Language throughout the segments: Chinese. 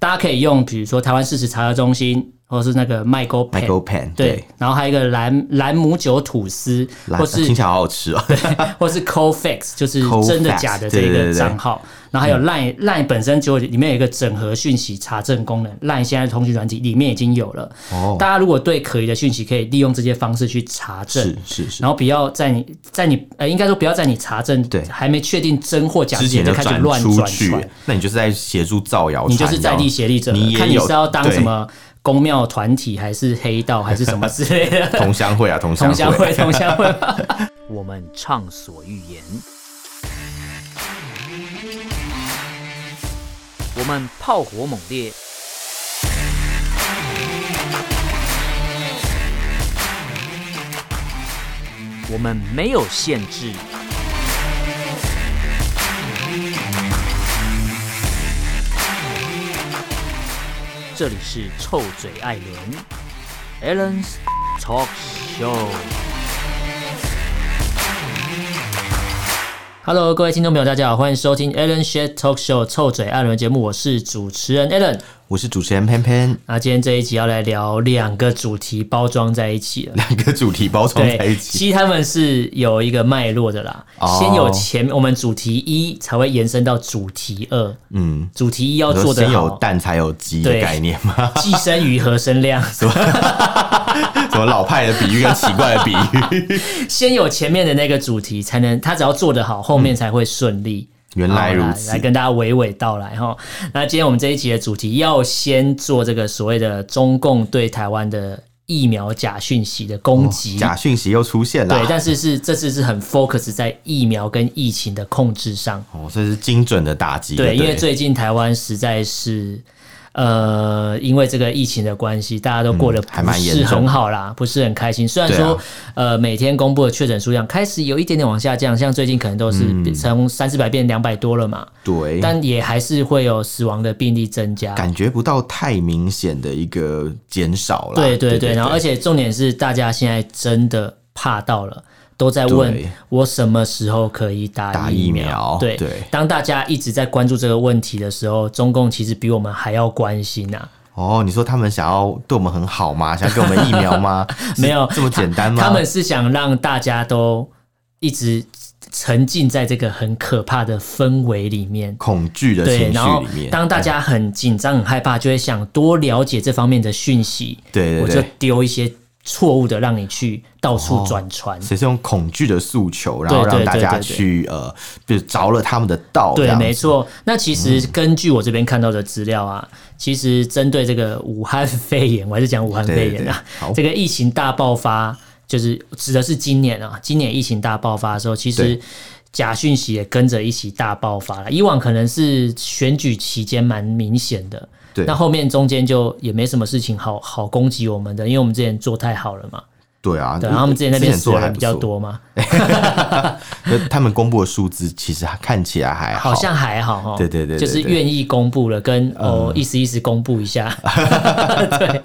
大家可以用，比如说台湾事实茶料中心，或者是那个麦勾 m i c h a e Pan，对，然后还有一个蓝蓝姆酒吐司，蓝或呃是听起来好好吃哦。或是 Cofax，就是真的 Cofacts，假的对这对对嗯个对账号。然后还有 Line、Line 本身就里面有一个整合讯息查证功能，Line 现在的通讯软体里面已经有了。哦大家如果对可疑的讯息，可以利用这些方式去查证是。是是，然后不要在你在你呃，应该说不要在你查证对还没确定真或假之前就就开始转乱出转去传，，那你就是在协助造谣传，你就是在地然后协力者了你，也看你有是要当对什么公庙团体，还是黑道，还是什么之类的。 同乡会啊，同同乡乡会，同乡会。 我们畅所欲言；我们炮火猛烈；我们没有限制。这里是臭嘴艾伦 Allen's Talk Show。 Hello，各位听众朋友，大家好，欢迎收听 Alan s h a t Talk Show 臭嘴艾伦节目，我是主持人 Alan。我是主持人潘 潘，那今天这一集要来聊两个主题包装在一 起了。两个主题包装在对，一起，其实他们是有一个脉络的啦。哦先有前我们主题一，才会延伸到主题二。嗯，主题一要我说做的先有好，蛋才有鸡的对概念吗？寄生鱼和生 量。什么老派的比喻跟奇怪的比喻？ 先有前面的那个主题，才能他只要做得好，后面才会顺利。原来如好此来来，跟大家娓娓道来哈。那今天我们这一集的主题要先做这个所谓的中共对台湾的疫苗假讯息的攻击。哦假讯息又出现对，了。但是是这次是很 focus 在疫苗跟疫情的控制上。哦，这是精准的打击。对，不因为最近台湾实在是。呃，因为这个疫情的关系，大家都过得嗯还不蛮严是重很好啦，不是很开心。虽然对啊说，呃，每天公布的确诊数量开始有一点点往下降，像最近可能都是嗯从三四百变两百多了嘛，对，但也还是会有死亡的病例增加。感觉不到太明显的一个减少了。对对对，然后而且重点是，大家现在真的怕到了，都在问对我什么时候可以打打疫疫苗对对当大家一直在关注这个问题的时候，中共其实比我们还要关心啊。？哦，你说他们想要对我们很好吗？想要给我们疫苗吗 没有是这么简单吗？他们是想让大家都一直沉浸在这个很可怕的氛围里面。恐惧的对，情然后绪里面，嗯当大家很紧张、很害怕，就会想多了解这方面的讯息。对对我对就丢一些错误的，让你去到哦处转传。谁是用恐惧的诉求，然后对对让大家对对对去呃，就是着了他们的道。这对，样子嗯没。错。那其实根据我这边看到的资料啊，其实针对这个武汉肺炎，我还是讲武汉肺炎啊，对对对好这个疫情大爆发，就是指的是今年啊，今年疫情大爆发的时候，其实对。假讯息也跟着一起大爆发了。以往可能是选举期间蛮明显的，对那后面中间就也没什么事情好好攻击我们的，因为我们之前做太好了嘛。对啊，对，然后他们之前那边死做的的还人不比较错，多嘛，呃他们公布的数字其实看起来还好像还好哈。对对对就对是对嗯愿意公布了，跟哦意思意思公布一 下。对，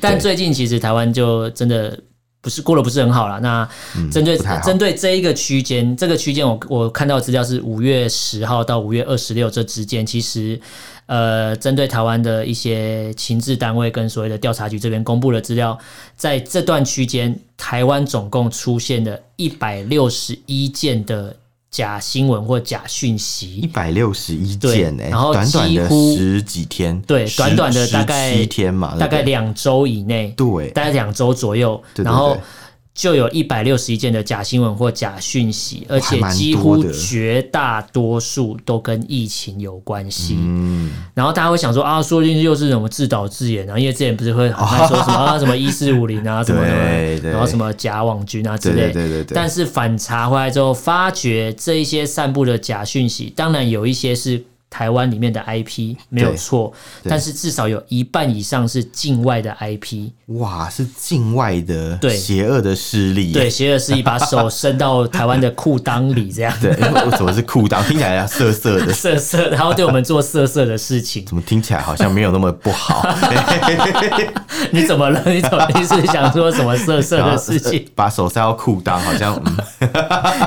但对最近其实台湾就真的。不是过得不是很好了。那针对嗯不太好针对这一个区间，这个区间我我看到的资料是五月十号到五月二十六这之间，其实呃，针对台湾的一些情治单位跟所谓的调查局这边公布的资料，在这段区间，台湾总共出现了一百六十一件的假新闻或假讯息，一百六十一对件哎、然后短短几的乎十几天，对十短短的大概17天嘛，大概对两周以内，不对对大概两周左右，对对然后对就有一百六十一件的假新闻或假讯息，而且还蛮几多乎的绝大多数都跟疫情有关系。嗯然后大家会想说啊，说不定又是什么自导自演啊，因为之前不是会很爱说 什么、啊什么一四五零啊什么什对么，对然后什么假网军啊之类。对对对对对但是反查回来之后，发觉这一些散布的假讯息，当然有一些是。台湾里面的 IP 没有对错，对但是至少有一半以上是境外的 IP，哇，是境外的对邪恶的势力对，邪恶势力把手伸到台湾的裤裆里，这样对，为什么是裤裆？听起来涩涩的，色色，然后对我们做色色的事情。怎么听起来好像没有那么 不好？你怎么了？你怎么？你是想说什么色色的事然情后？ 把手塞到裤裆，好像、嗯、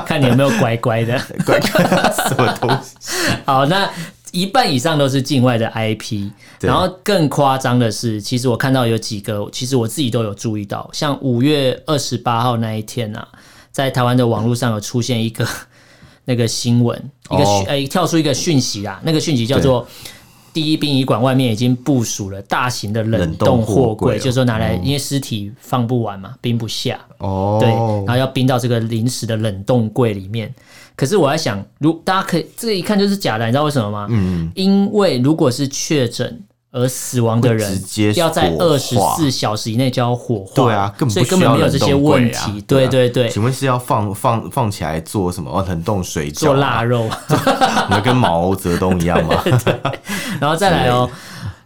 看你有没有乖乖的。怪怪什么东西？ 好，那一半以上都是境外的 IP，对然后更夸张的是，其实我看到有几个，其实我自己都有注意到，像五月二十八号那一天啊，在台湾的网络上有出现一个 那个新闻，一个哦讯呃、跳出一个讯息啊，那个讯息叫做。第一殡仪馆外面已经部署了大型的冷冷冻冻货货柜柜，哦就是说拿来，因为尸体放不完嘛，冰不下，对，哦然，后要冰到这个临时的冷冻柜里面。可是我在想，如大家可以这个一看就是假的，你知道为什么吗？嗯，因为如果是确诊而死亡的人，会直接要在二火十化四小时以内就要火化，对啊，根所以本不根需本要没有这冷些冻问柜啊题。对对对，请问是要放放放起来做什么？哦，冷冻水饺做吗腊，肉， 你们跟毛泽东 一样吗？然后再来哦。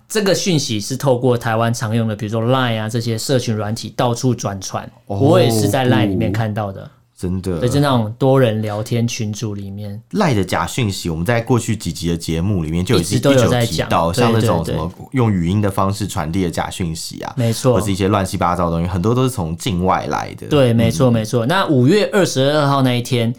这个讯息是透过台湾常用的，比如说 Line 啊这些社群软体到处转传，哦我也是在 Line 里面看到的，真的，对，就那种多人聊天群组里面，赖的假讯息，我们在过去几集的节目里面就已经一直都有一直在提讲到，对像那对种对什么用语音的方式传递的假讯息啊，没错或是一些乱七八糟的东西，很多都是从境外来的。对，没嗯错没错。那五月二十二号那一天，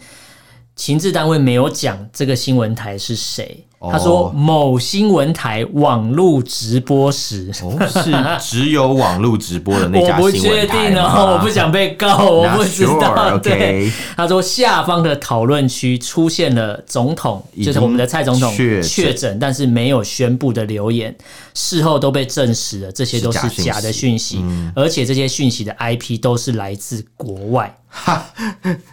情治单位没有讲这个新闻台是谁，哦他说某新闻台网络直播时。哦，是只有网络直播的那 我家不新确闻台定哦，我不 想被告，我不知道。对， OK，他说下方的讨论区出现了总统，已经就是我们的蔡总统确诊确诊，但是没有宣布的留言，事后都被证实了，这些都是是假假讯息嗯的讯息，而且这些讯息的 IP 都是来自国外。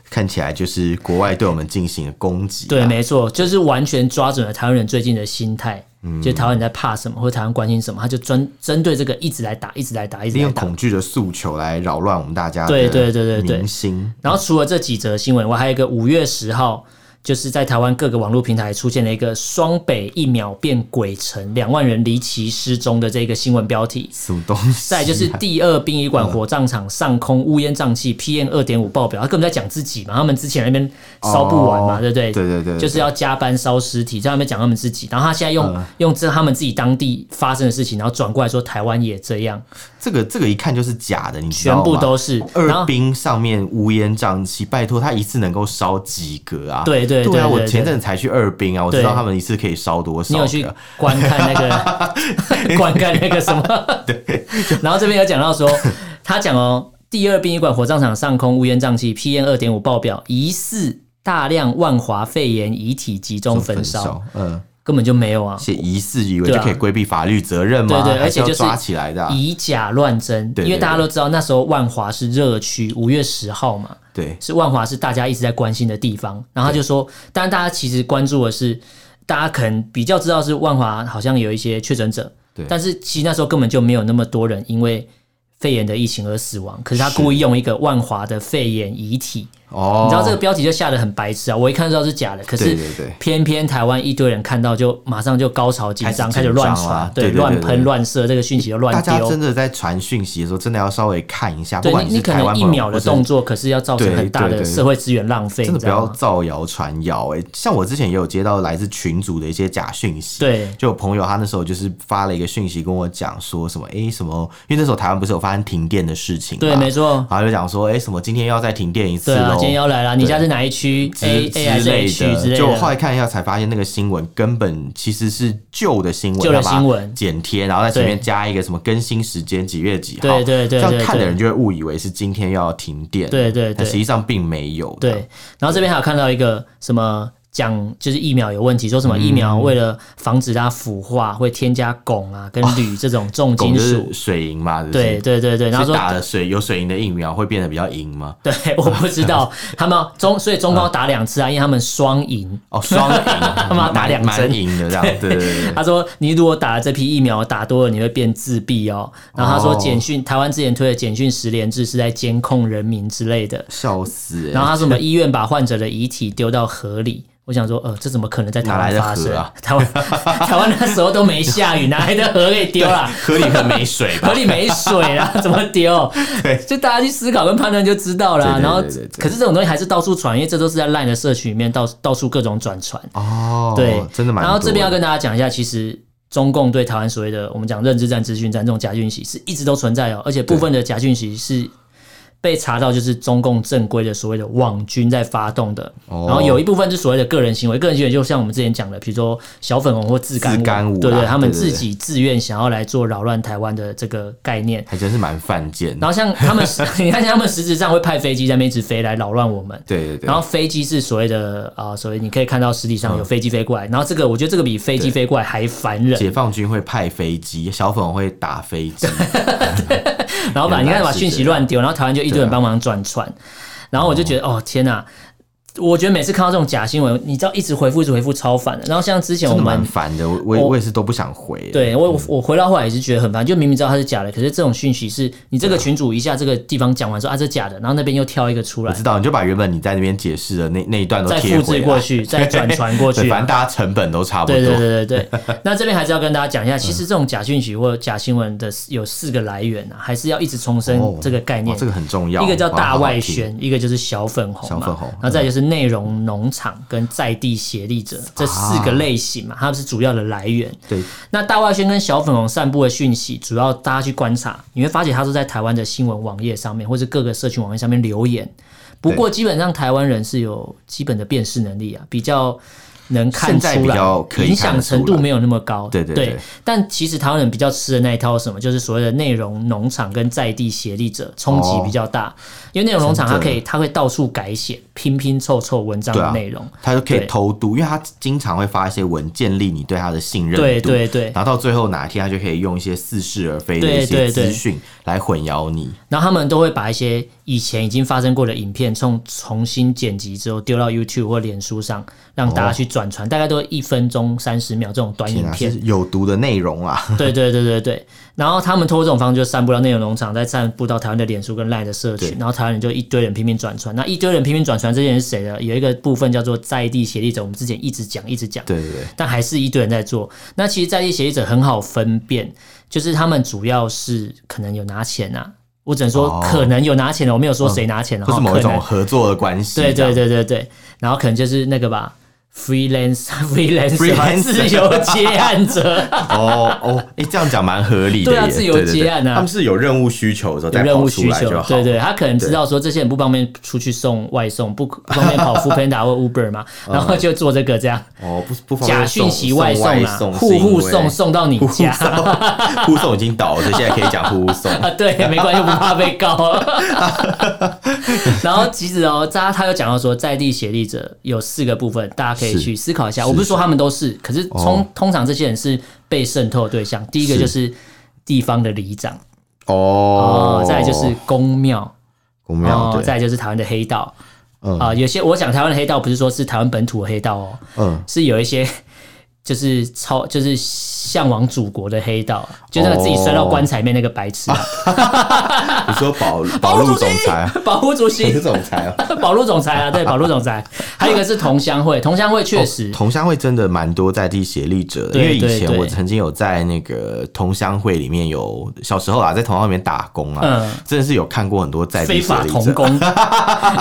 看起来就是国外对我们进行了攻击啊。对，没错，就是完全抓准了台湾人最近的心态，嗯就台湾人在怕什么，或者台湾关心什么，他就专针对这个一直来打，一直来打，一直利来用打。恐惧的诉求来扰乱我们大家的对对对对对民心。然后除了这几则新闻，我还有一个五月十号，就是在台湾各个网络平台出现了一个“双北一秒变鬼城，两万人离奇失踪”的这个新闻标题。什么东西啊、再来 就是第二殡仪馆火葬场上空乌烟瘴气，PM 二点五爆表，他根本在讲自己嘛，他们之前那边烧不完嘛，哦对不对？对对对对嗯就是要加班烧尸体，在他们讲他们自己，然后他现在用、用这他们自己当地发生的事情，然后转过来说台湾也这样，这个这个一看就是假的，你知全道吗？部都是，然二后冰上面乌烟瘴气，拜托他一次能够烧几个啊？对对对对啊！我对前阵子才去二冰啊，我知对道他们一次可以烧多少你个。啊有去观看那 个观看那个什么？对，然后这边有讲到说，他讲哦，第二殡仪馆火葬场上空乌烟瘴气，PM 二点五爆表，疑似大量万华肺炎遗体集中焚烧，，嗯，根本就没有啊，写疑似以为对就啊可以规避法律责任吗？对对还要而且就是抓起来的啊、以假乱真，对对因为大家都知道那时候万华是热区，五月十号嘛，对，是万华是大家一直在关心的地方。然后他就说，当然大家其实关注的是，大家可能比较知道是万华好像有一些确诊者，对但是其实那时候根本就没有那么多人因为肺炎的疫情而死亡。可是他是故意用一个万华的肺炎遗体，哦，你知道这个标题就下得很白痴啊！我一看就知道是假的，可是对对对偏偏台湾一堆人看到就马上就高潮紧张，开开始始紧张乱啊传，对对对乱对喷乱射，这个讯息就大乱家丢真。的在传讯息的时候，真的要稍微看一下，不对管你，你是可台能湾一朋友秒的或是动作，可是要造成对很大对的对社会资源浪费，真的你知不道要吗造谣传谣哎！像我之前也有接到来自群组的一些假讯息，对就有朋友他那时候就是发了一个讯息跟我讲说什么诶什么，因为那时候台湾不是有发生停电的事情嘛，对，没错。然后就讲说诶什么今天要再停电一次对啊，喽。今天要来了，你家是哪一区之？A A 还之是 A 类区之类的，就我后来的？看一下才发现，那个新闻根本其实是旧的新闻，旧的他把它新闻剪贴，然后在前面对加一个什么更新时间几月几号，对对对这对样看对的人就会误以为是今天要停电，对对对但实际上并没有，对，，然后这边还有看到一个什么讲，就是疫苗有问题，说什么疫苗为了防止它腐化，会添加汞啊跟铝这种重汞金就属是。水银嘛，就是对，对对对，然后所以说打了水有水银的疫苗会变得比较银吗？ 对，我不知道他们中，所以中 高打两次啊，因为他们双赢。哦，双银，他妈打两针蛮银的这样，对对对对，他说：“你如果打了这批疫苗，打多了你会变自闭哦。”然后他说：“哦简讯，台湾之前推的简讯十连制是在监控人民之类的。”笑死欸！然后他说什么医院把患者的遗体丢到河里。我想说，呃，这怎么可能在台哪来湾的发河生？啊台湾台湾 那时候都没下雨，哪来的河给丢 啦？河里可能没水吧 河？里没水啦，怎么丢？对就大家去思考跟判断就知道啦。对对对然后对对，对可是这种东西还是到处传，因为这都是在 LINE 的社群里面到到处各种转传。哦，对，真的蛮多的。然后这边要跟大家讲一下，其实中共对台湾所谓的我们讲认知战、资讯战这种假讯息是一直都存在哦，而且部分的假讯息是。被查到就是中共正规的所谓的网军在发动的，哦然后有一部分是所谓的个人行为，个人行为就像我们之前讲的，比如说小粉红或自干自干舞，舞对啦对，他们对对自己自愿想要来做扰乱台湾的这个概念。还真是蛮犯贱。然后像他们，你看他们实质上会派飞机在那边一直飞来扰乱我们。对对对，嗯然后飞机是所谓的啊、呃所谓你可以看到实体上有飞机飞过来，然后这个我觉得这个比飞机对飞过来还烦人。解放军会派飞机，小粉红会打飞 机，然后把你看原来把是讯息这样啊乱丢，然后台湾就一堆人帮忙转传，然后我就觉得哦天哪、我觉得每次看到这种假新闻，你知道一直回复一直回复超烦的。然后像之前真我的嗯蛮们烦的。我我也我我也是都不想回。，欸对我我我回到后来也是觉得很烦，就明明知道它是假的，可是这种讯息是你这个群主一下这个地方讲完说啊这假的，然后那边又跳一个出我来知，道，你就把原本你在那边解释的那那一段都再贴复回制来过，去，再转传过 对，去，反正大家成本都差不多。嗯对对对对对。 那这边还是要跟大家讲一下，其实这种假讯息或假新闻的有四个来源啊，还是要一直重申哦这个概念。哇这个很重要。一个叫哇大外，好好宣，一个就是小粉红嘛，小粉红嗯然后再就是内容农场跟在地协力者、这四个类型嘛，它们是主要的来源。听对，那大外宣跟小粉红散布的讯息，主要大家去观察，你会发现它都在台湾的新闻网页上面，或是各个社群网页上面留言。不过基本上台湾人是有基本的辨识能力啊，比较能看现在出比来较，可以影看响得程出度来没有那么高。对对对但其实台湾人比较吃的那一套是什么，就是所谓的内容农场跟在地协力者冲击哦比较大，因为内容农场它真的可以它会到处改写、拼拼凑凑文章对的啊内容。他就可以对偷渡，因为他经常会发一些文，建立你对他的信任度。对对对然后到最后哪一天，他就可以用一些似是而非的对对一些对资讯来混淆你。然后他们都会把一些以前已经发生过的影片重重新剪辑之后丢到 YouTube 或脸书上，让大家去转传，大概都一分钟三十秒这种短影天啊，片是。有毒的内容啊！ 对对对对对。然后他们通过这种方式就散布到内容农场，再散布到台湾的脸书跟 LINE 的社群对，然后台湾人就一堆人拼命转传。那一堆人拼命转传这件事是谁的？有一个部分叫做在地协力者，我们之前一直讲一直讲。对对 对，但还是一堆人在做。那其实在地协议者很好分辨，就是他们主要是可能有拿钱啊，我只能说哦可能有拿钱的，我没有说谁拿钱的，或哈是某一可种能合作的关系。对这样对对对对，然后可能就是那个吧。freelance freelance Freelancer 自由接案 者，哦哦，哎、这样讲蛮合理的对耶。啊自由对对对接案啊他们是有任务需求的时有候再任务跑出需来求就，好。对对，他可能知道说这些人不方便出去送外送，不不方便跑 f o o Panda 或 Uber 嘛，然后就做这个这样哦，不不方便假嗯送讯息送外外送啊，送户户送送送到你家， 护送已经倒了， 所以现在可以讲护送。啊，对，没关系，不怕被告。 然后其实哦，大家他又讲到说，在地协力者有四个部分，大家可以是去思考一下。是我不是说他们都是，可是通、通常这些人是被渗透的对象。第一个就是地方的里长哦哦，再来就是公庙我们要哦，对，再来就是台湾的黑道嗯啊、有些我讲台湾的黑道，不是说是台湾本土的黑道哦，嗯，是有一些 就是超就是向往祖国的黑道，就那个自己摔到棺材里面那个白痴，你说保 保路总裁，保护主 你席是。总裁哦。保路总裁啊，对，保路总裁，还有一个是同乡会，同乡会 确实、哦同乡会真的蛮多在地协力者的，对因为以对前对我曾经有在那个同乡会里面有小时候啊，在同乡会里面打工啊嗯，真的是有看过很多在非地协法力童者，工，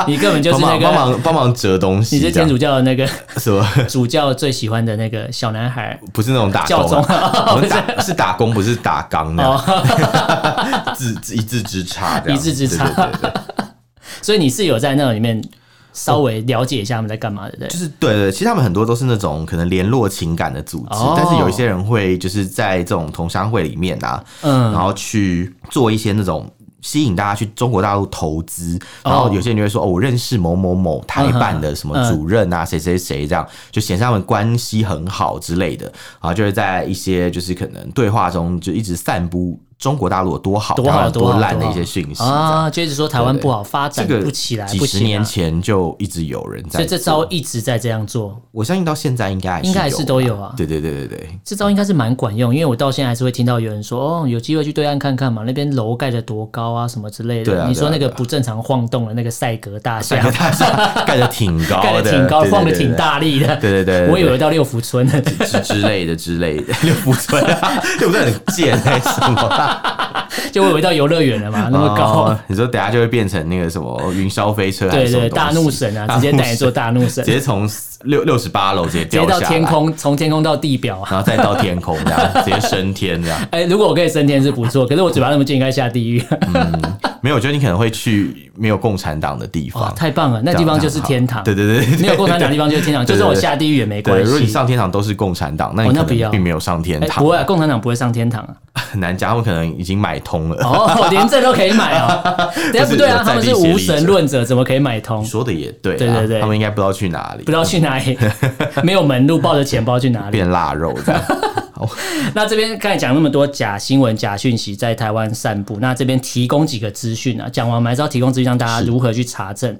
你根本就是帮那忙帮个，忙帮忙折东你西这是样，天主教的那个 什么主教最喜欢的那个小男孩。 不是那种打教工宗啊，我 们打是打工，不是打纲哦的，， 自自一字之差这样，一字之差对对对对所以你是有在那里面稍微了解一下他们在干嘛的，对就？是对对，其实他们很多都是那种可能联络情感的组织哦，但是有一些人会就是在这种同乡会里面啊，然嗯，后去做一些那种。吸引大家去中国大陆投资，然后有些人就会说：“哦，我认识某某某台办嗯的什么主任啊，谁谁谁这样，就显示他们关系很好之类的。”然后就会在一些就是可能对话中就一直散布中国大陆有多好、多好台湾多好烂的多一好些讯息。啊，就一直说台湾对对不好，发这展个不起来，几不十行年啊。前就一直有人在做，所以这招一直在这样做，我相信到现在应该还应该还是有都吧有啊对对对对对， 这招应该是蛮管用，因为我到现在还是会听到有人说，哦，有机会去对岸看看嘛，那边楼盖得多高啊，什么之类的。对啊你说那对个啊对啊不正常晃动的那个赛格大感觉厦，他是盖的挺 高盖的，得挺高，对对对晃得挺大力的。对，对对对对，我以为到六福村了。 欸之之类的之类的，六福村啊，六福村很贱还是什么啊？就会回到游乐园了嘛，那么高哦。，你说等下就会变成那个什么云霄飞车还对是什么对，东西大怒神啊，直大怒接带你做大怒神，神，直接从六六十八楼直接直掉接到下来天，空，从天空到地表啊。然后再到天空这样， 直接升天这样。哎、如果我可以升天是不错，可是我嘴巴那么贱，应该下地狱。没有，我觉得你可能会去没有共产党的地哇，方，太棒了，那哦地方就是天堂。对对对对，没有共产党的地方就是天堂，就对对对算我下地狱也没对，关如果你系。上天堂都是共产党，那你哦那可不要能并没有上天哎、堂，不会、啊，共产党不会上天堂啊！很难讲，他们可能已经买通了。哦，连这都可以买哦。等下不对啊，他们是无神论者，怎么可以买通你？说的也对啊，对对对他们应该不知道去哪里，不知道去哪里，没有门路，抱着钱包去哪里？变腊肉 这样。那这边刚才讲那么多假新闻、假讯息在台湾散布，那这边提供几个资讯啊，讲完我们还是要提供资讯让大家如何去查证。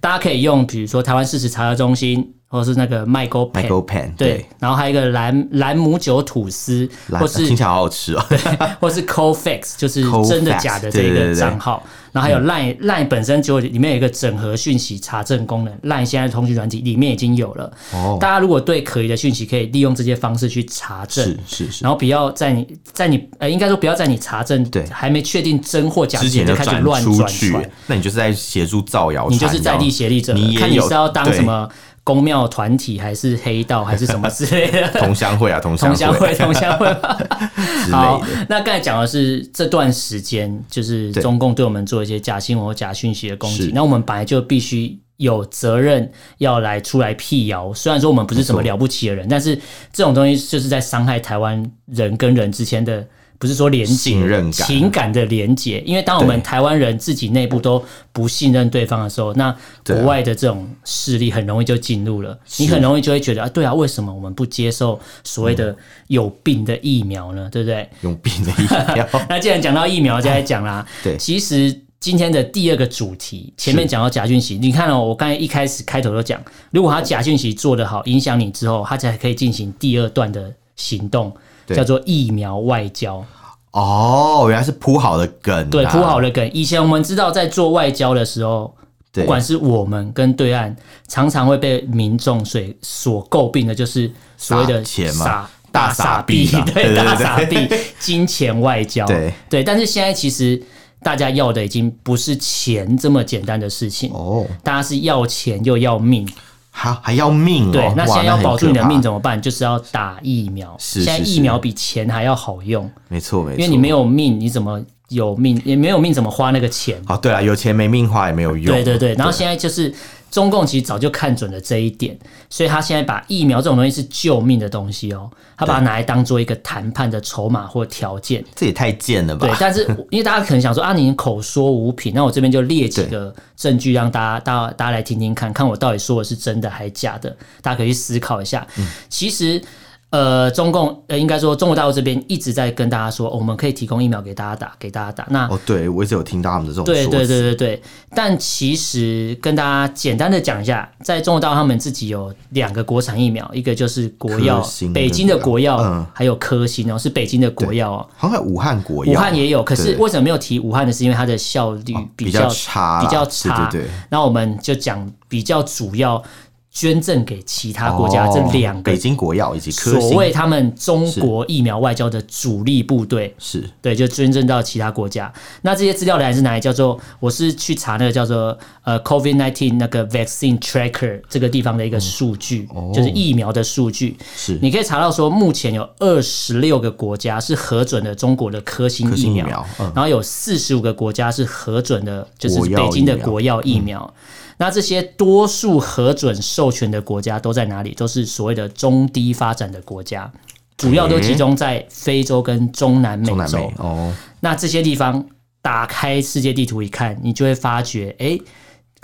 大家可以用比如说台湾事实查核中心，或者是那个 Michael Pen。 Michael Pan，哎对，，然后还有一个蓝蓝姆酒吐司，辣或听是 起来好好吃哦。 或是 Cofax，就是 Colfax，真的假的这对对个对对账号，然后还有 Line、Line 本身就里面有一个整合讯息查证功能，Line 现在通讯软体里面已经有了。哦，大家如果对可疑的讯息，可以利用这些方式去查证是。是是，然后不要在你在你呃，应该说不要在你查证对还没确定真或假之前就就开始转乱出转去传，，那你就是在协助造谣传谣，你就是在地 协力者，你也看你有是要当对什么公庙团体，还是黑道，还是什么之类 的。同乡会啊，同同乡乡会，同乡会。之类好的。，那刚才讲的是这段时间，就是对中共对我们做一些假新闻或假讯息的攻击是，那我们本来就必须。有责任要来出来辟谣，虽然说我们不是什么没错了不起的人，但是这种东西就是在伤害台湾人跟人之间的，不是说连结信任感情感的连结。因为当我们对台湾人自己内部都不信任对方的时候，那国对啊外的这种势力很容易就进入了，你很容易就会觉得啊，对啊，为什么我们不接受所谓嗯的有病的疫苗呢？对不对？用病的疫苗，那既然讲到疫苗，就来讲啦。啊对其实今天的第二个主题，前面讲到假讯息，你看哦，我刚才一开始开头就讲，如果他假讯息做得好，影响你之后，他才可以进行第二段的行动。对叫做疫苗外交， 哦，原来是铺好的梗啊，对，铺好了梗。以前我们知道，在做外交的时候，对，不管是我们跟对岸，常常会被民众所所诟病的，就是所谓的撒钱嘛傻大傻傻逼嘛 对，对对大对傻逼，金钱外交，对但是现在其实大家要的已经不是钱这么简单的事情，哦，大家是要钱又要命。还还要命哦，对，那现在要哇保住你的命么？怎么办？就是要打疫苗。是现在是疫是苗比钱还要好用，没错没错，因为你没有命，你怎么有命？也没有命怎么花那个钱？哦，对啊，有钱没命花也没有用，对对对，然后现在就是中共其实早就看准了这一点，所以他现在把疫苗这种东西是救命的东西哦，他把它拿来当做一个谈判的筹码或条件。这也太贱了对吧，？但是因为大家可能想说啊，你口说无凭，那我这边就列几个证据让大家、大家、大家来听听看，看我到底说的是真的还是假的，大家可以去思考一下。其实。呃，中共呃，应该说中国大陆这边一直在跟大家说、哦我们可以提供疫苗给大家打，给大家打。那 哦，对我一直有听到他们的这种对说对对辞，对对，但其实跟大家简单的讲一下，在中国大陆他们自己有两个国产疫苗，一个就是国药科兴，北京的国药，嗯还有科兴哦，是北京的国药哦。好像还有武汉国药，武汉也有，可是对哦为什么没有提武汉的是因为它的效率比较较差啦，比较差。对对对。那我们就讲比较主要捐赠给其他国家、这哦两个北京国药以及科所兴谓他们中国疫苗外交的主力部队，是对，就捐赠到其他国家。那这些资料来源是哪里？叫做我是去查那个叫做呃 COVID nineteen 那个 vaccine tracker 这个地方的一个数据，就是疫苗的数据。是你可以查到说，目前有二十六个国家是核准了中国的科兴科疫兴疫苗，苗，嗯，然后有四十五个国家是核准的，就是北京的国药疫苗。那这些多数核准授权的国家都在哪里？都是所谓的中低发展的国家，主要都集中在非洲跟中南美中南洲。美哦，那这些地方打开世界地图一看，你就会发觉，哎、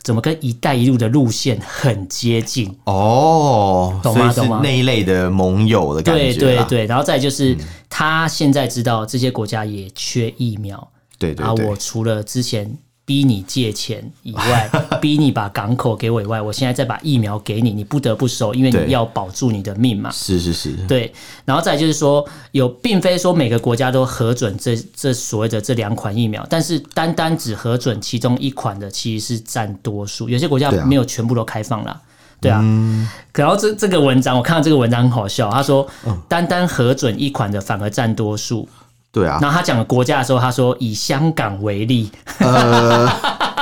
怎么跟“一带一路”的路线很接近？哦，懂所以吗是懂吗那一类的盟友的感对觉对啦，嗯对，然后再就是，他现在知道这些国家也缺疫苗，对对啊，对我除了之前逼你借钱以 外，逼你把港口给我以外，我现在再把疫苗给你，你不得不收，因为对你要保住你的命嘛。是是是，对，然后再来就是说，有并非说每个国家都核准这这所谓的这两款疫苗，但是单单只核准其中一款的，其实是占多数，有些国家对啊嗯没有全部都开放啦。对啊，然后这这嗯个文章我看到这个文章很好笑，他说单单核准一款的反而占多数，对啊，然后他讲国家的时候，他说以香港为例，呃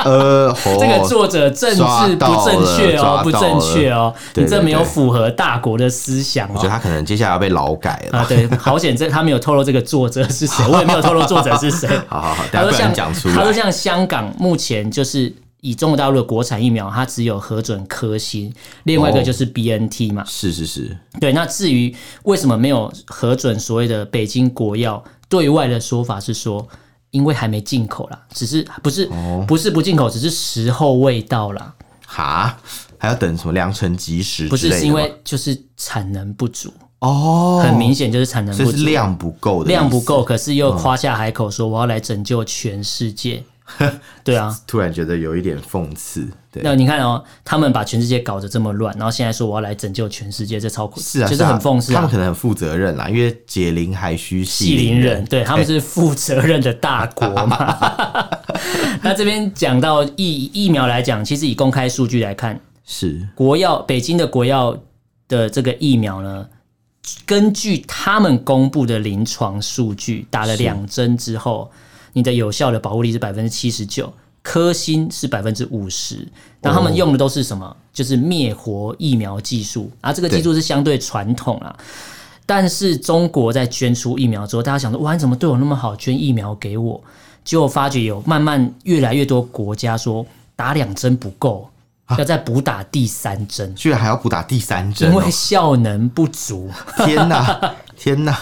呃，吼这个作者政治不正确哦，不抓到了抓到了正确哦，对你这对没有对符合大国的思想我觉得哦。他可能接下来要被劳改了。啊， 对，好险，这他没有透露这个作者是谁，我也没有透露作者是谁。 好好好，他大家说不像能讲出他说来。像香港目前就是以中国大陆的国产疫苗，它只有核准科兴，另外一个哦就是 B N T 嘛。是是是，对，那至于为什么没有核准所谓的北京国药，对外的说法是说，因为还没进口啦，只是不是、哦不是不进口，只是时候未到啦，哈，还要等什么良辰吉时不之是类的吗？是因为就是产能不足，哦，很明显就是产能所不以是足。量不够的，量不。够，可是又夸下海口说我要来拯救全世 界，对啊，突然觉得有一点讽刺，对，那你看哦，他们把全世界搞得这么乱，然后现在说我要来拯救全世界，这超是啊，就是啊很讽刺他啊们可。能很负责任啦，因为解铃还需系系邻铃人，。对哎他们是负责任的大国 嘛。 那这边讲到疫疫苗来讲，其实以公开数据来看，是国药北京的国药的这个疫苗呢，根据他们公布的临床数据，打了两针之后，你的有效的保护力是百分之七十九，科兴是百分之五十。那他们用的都是什么？就是灭活疫苗技术啊，这个技术是相对传统啊。但是中国在捐出疫苗之后，大家想说，哇，你怎么对我那么好，捐疫苗给我？结果发觉有慢慢越来越多国家说打两针不够，要再补打第三针，居然还要补打第三针、因啊哦为，效能不足。 天哪，天哪，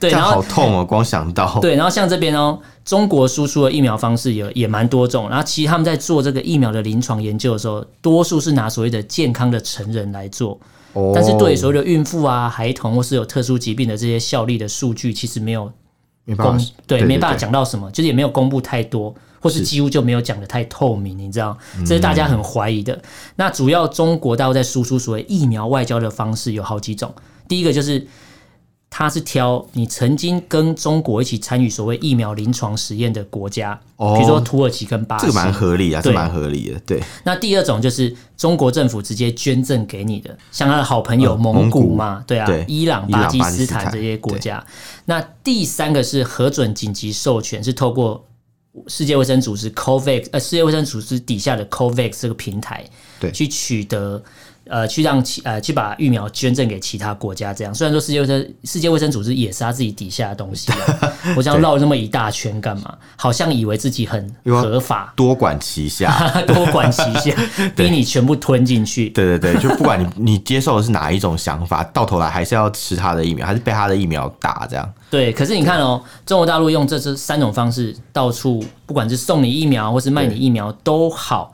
对这样然后好痛哦，光想到，对，然后像这边哦，中国输出的疫苗方式也也蛮多种，然后其实他们在做这个疫苗的临床研究的时候，多数是拿所谓的健康的成人来做，哦但是对所谓的孕妇啊、孩童或是有特殊疾病的这些效力的数据，其实没有没公办法，对没办法，讲到什么，就是也没有公布太多，或是几乎就没有讲的太透明，你知道，这是大家嗯很怀疑的。那主要中国大陆在输出所谓疫苗外交的方式有好几种，第一个就是。它是挑你曾经跟中国一起参与所谓疫苗临床实验的国家，哦比如说土耳其跟巴西。这个蛮合理啊，对这蛮合理的，对，那第二种就是中国政府直接捐赠给你的，像他的好朋友嗯蒙古蒙古嘛，对啊，对伊朗、伊朗巴基巴基斯斯坦坦这些国家。那第三个是核准紧急授权，是透过世界卫生组织 COVAX，呃，世界卫生组织底下的 COVAX 这个平台，对去取得。呃，去让其呃去把疫苗捐赠给其他国家，这样虽然说世界卫生世界卫生组织也是他自己底下的东西啊、 我这样绕那么一大圈干嘛？好像以为自己很因为合法，多管齐 下，多管齐 下，逼你全部吞进去。对对对，就不管你 你接受的是哪一种想法，到头来还是要吃他的疫苗，还是被他的疫苗打这样，对，可是你看哦，中国大陆用这这三种方式到处，不管是送你疫苗或是卖你疫苗都好。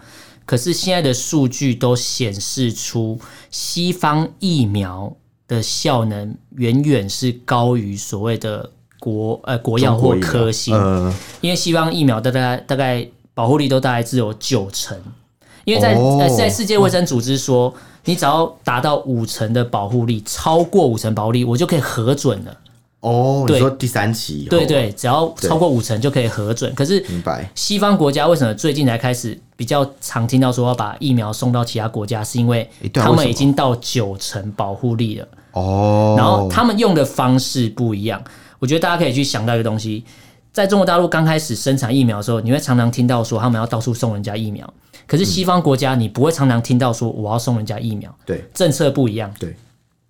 可是现在的数据都显示出，西方疫苗的效能远远是高于所谓的国呃国药中或国疫苗科兴。呃，因为西方疫苗大概大概保护力都大概只有九成，因为在、哦呃在世界卫生组织说，你只要达到五成的保护力，超过五成保护力，我就可以核准了。哦，对你说第三期以后，对对，只要对超过五成就可以核准。可是哦明白西方国家为什么最近才开始比较常听到说要把疫苗送到其他国家，是因为诶对啊他为什们么已经到九成保护力了。哦，然后他们用的方式不一样。我觉得大家可以去想到一个东西，在中国大陆刚开始生产疫苗的时候，你会常常听到说他们要到处送人家疫苗，可嗯是西方国家你不会常常听到说我要送人家疫苗，对政策不一样。对，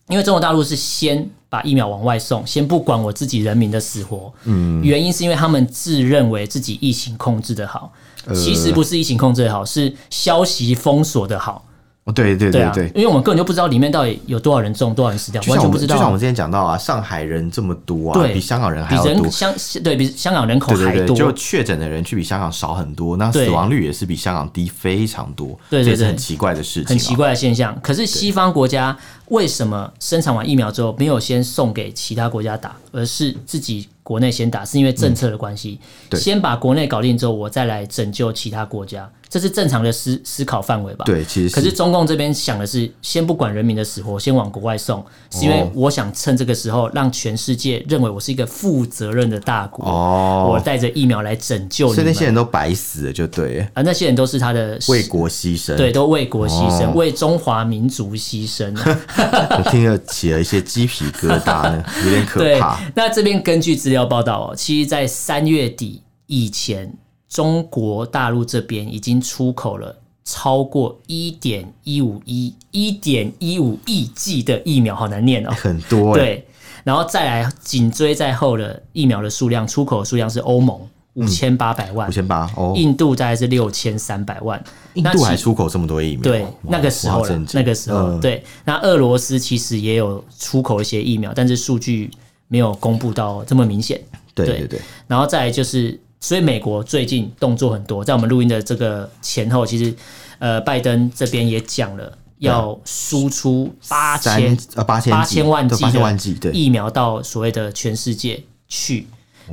因为中国大陆是先把疫苗往外送，先不管我自己人民的死活。嗯，原因是因为他们自认为自己疫情控制的好，呃其实不是疫情控制的好，是消息封锁的好。哦对对对对啊，对，因为我们根本就不知道里面到底有多少人中，多少人死掉，就完像我全不们知就道啊。像我们之前讲到啊，上海人这么多啊，对比香港人还比要多人。香对比香港人口对还对多，对，就确诊的人去比香港少很多，那对死亡率也是比香港低非常多，对对这也是对很奇怪的事情、啊很奇，怪的现象。可是西方国家为什么生产完疫苗之后没有先送给其他国家打，而是自己国内先打？是因为政策的关系，嗯对先把国内搞定之后，我再来拯救其他国家。这是正常的思思考范围吧？。对，其实可是中共这边想的是，先不管人民的死活，先往国外送，是因为哦我想趁这个时候让全世界认为我是一个负责任的大国，我哦，带着疫苗来拯救所你以们那。些人都白死了，就对了，啊，那些人都是他的为国牺牲。对，，都为国牺牲，哦为中华民族牺牲啊、 我听了起了一些鸡皮疙瘩 呢，有点可对怕。，那这边根据资料报道哦，其实在三月底以前，中国大陆这边已经出口了。超过一点一五一一点一五亿剂的疫苗，好难念 哦。很多、欸，对，然后再来紧追在后的疫苗的数量，出口的数量是欧盟五千八百万五，千八哦，印度大概是六千三百万，印那度其还出口这么多疫苗，对哇，那个时候我了好震，惊那个时候、嗯对。那俄罗斯其实也有出口一些疫苗，但是数据没有公布到这么明显。对对对对，然后再来就是，所以美国最近动作很多，在我们录音的这个前后，其实呃，拜登这边也讲了，要输出八千三呃八千八千万剂八千万剂，的对，，疫苗到所谓的全世界去。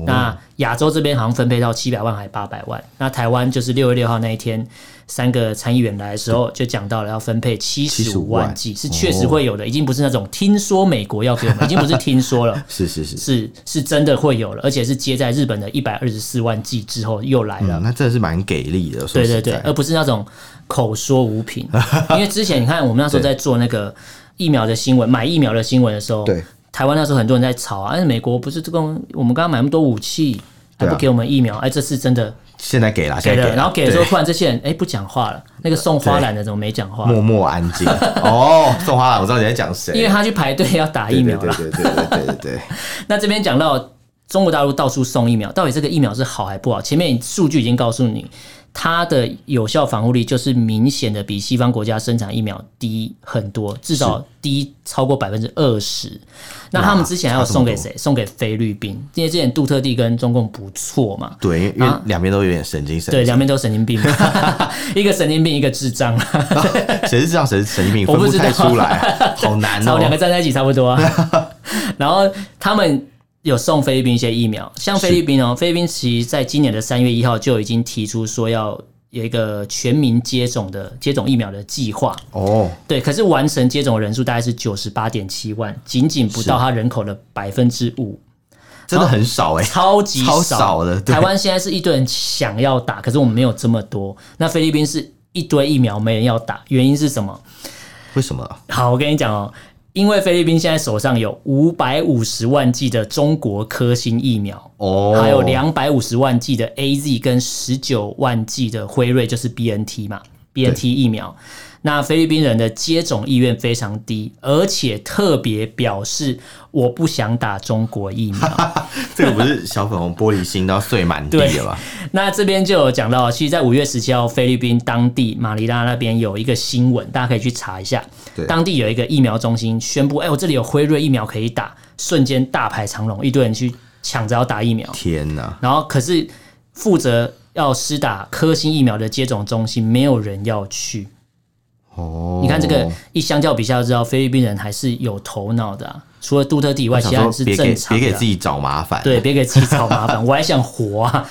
那亚洲这边好像分配到七百万还八百万，那台湾就是六月六号那一天，三个参议员来的时候就讲到了要分配七十五万剂，是确实会有的，已经不是那种听说美国要给我们，已经不是听说了是是是。是是真的会有了，而且是接在日本的一百二十四万剂之后又来了嗯，。那真的是蛮给力的，说对实对对，呃在而不是那种口说无 凭。因为之前你看，我们那时候在做那个疫苗的新闻，买疫苗的新闻的时候，对台湾那时候很多人在吵啊，哎，美国不是这个，我们刚刚买那么多武器，还对啊不给我们疫苗，哎，这次真的现在给了，给现在了，了，然后给了之后，对突然这些人哎不讲话了，那个送花篮的怎么没讲话？默默安 静。哦，宋花兰，我知道你在讲谁，因为他去排队要打对疫苗了。对对对对对对 对，那这边讲到中国大陆到处送疫苗，到底这个疫苗是好还不好？前面数据已经告诉你，它的有效防护力就是明显的比西方国家生产疫苗低很多，至少低超过百分之二十。那他们之前还有送给谁？送给菲律宾，因为之前杜特地跟中共不错嘛。对，因为两边都有点神经啊神对，经，两边都神经 病，一个神经病，一个智障， 谁是这样，谁是神经病，我分不不知道太出 来，好难然后两个哦。站在一起差不多啊。 然后他们有送菲律宾一些疫苗，像菲律宾哦，菲律宾其实在今年的三月一号就已经提出说要有一个全民接种的接种疫苗的计划，哦，对，可是完成接种的人数大概是九十八点七万，仅仅不到它人口的百分之五。真的很少哎，超级超少的对台湾现在是一堆人想要打，可是我们没有这么多。那菲律宾是一堆疫苗没人要打，原因是什么？为什么？好，我跟你讲哦，因为菲律宾现在手上有五百五十万剂的中国科兴疫苗，哦，还有两百五十万剂的 A Z 跟十九万剂的辉瑞，就是 B N T 嘛，B N T 疫苗。那菲律宾人的接种意愿非常低，而且特别表示我不想打中国疫苗。这个不是小粉红玻璃心都要碎满地了吧？那这边就有讲到，其实，在五月十七号，菲律宾当地马尼拉那边有一个新闻，大家可以去查一下。对当地有一个疫苗中心宣布，哎、我这里有辉瑞疫苗可以打，瞬间大排长龙，一堆人去抢着要打疫苗。天哪，然后可是负责要施打科兴疫苗的接种中心，没有人要去。哦，你看这个一相较比较，知道菲律宾人还是有头脑的啊、除了杜特地以外，我其想他人说是别正给常别的给啊自。己找麻烦， 对，，别给自己找麻烦，我还想活啊。